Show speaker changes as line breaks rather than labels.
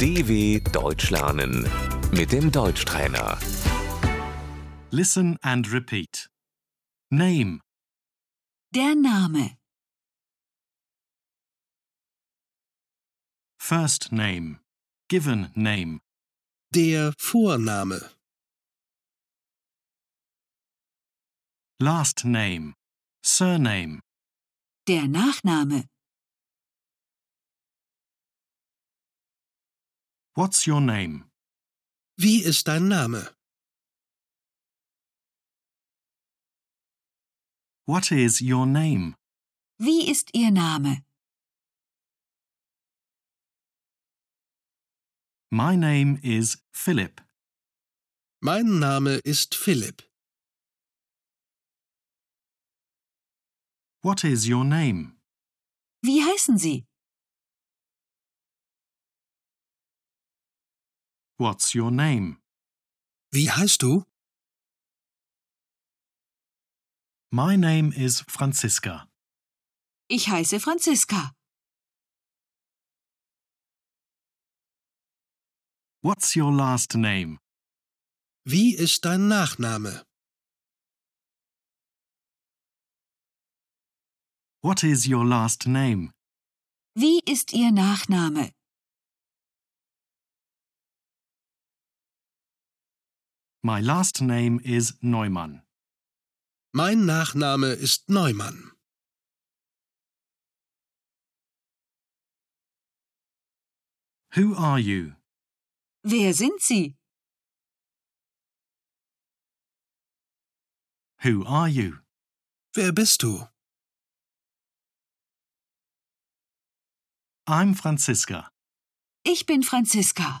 DW Deutsch lernen mit dem Deutschtrainer.
Listen and repeat. Name,
Der Name.
first name, given name,
Der Vorname.
last name, surname,
Der Nachname.
what's your name,
Wie ist dein Name?
what is your name,
Wie ist Ihr Name?
my name is Philip,
Mein Name ist Philipp.
what is your name,
Wie heißen Sie?
what's your name,
Wie heißt du?
my name is Franziska,
Ich heiße Franziska.
what's your last name,
Wie ist dein Nachname?
what is your last name,
Wie ist Ihr Nachname?
my last name is Neumann.
Mein Nachname ist Neumann.
Who are you?
Wer sind Sie?
Who are you?
Wer bist du?
I'm Franziska.
Ich bin Franziska.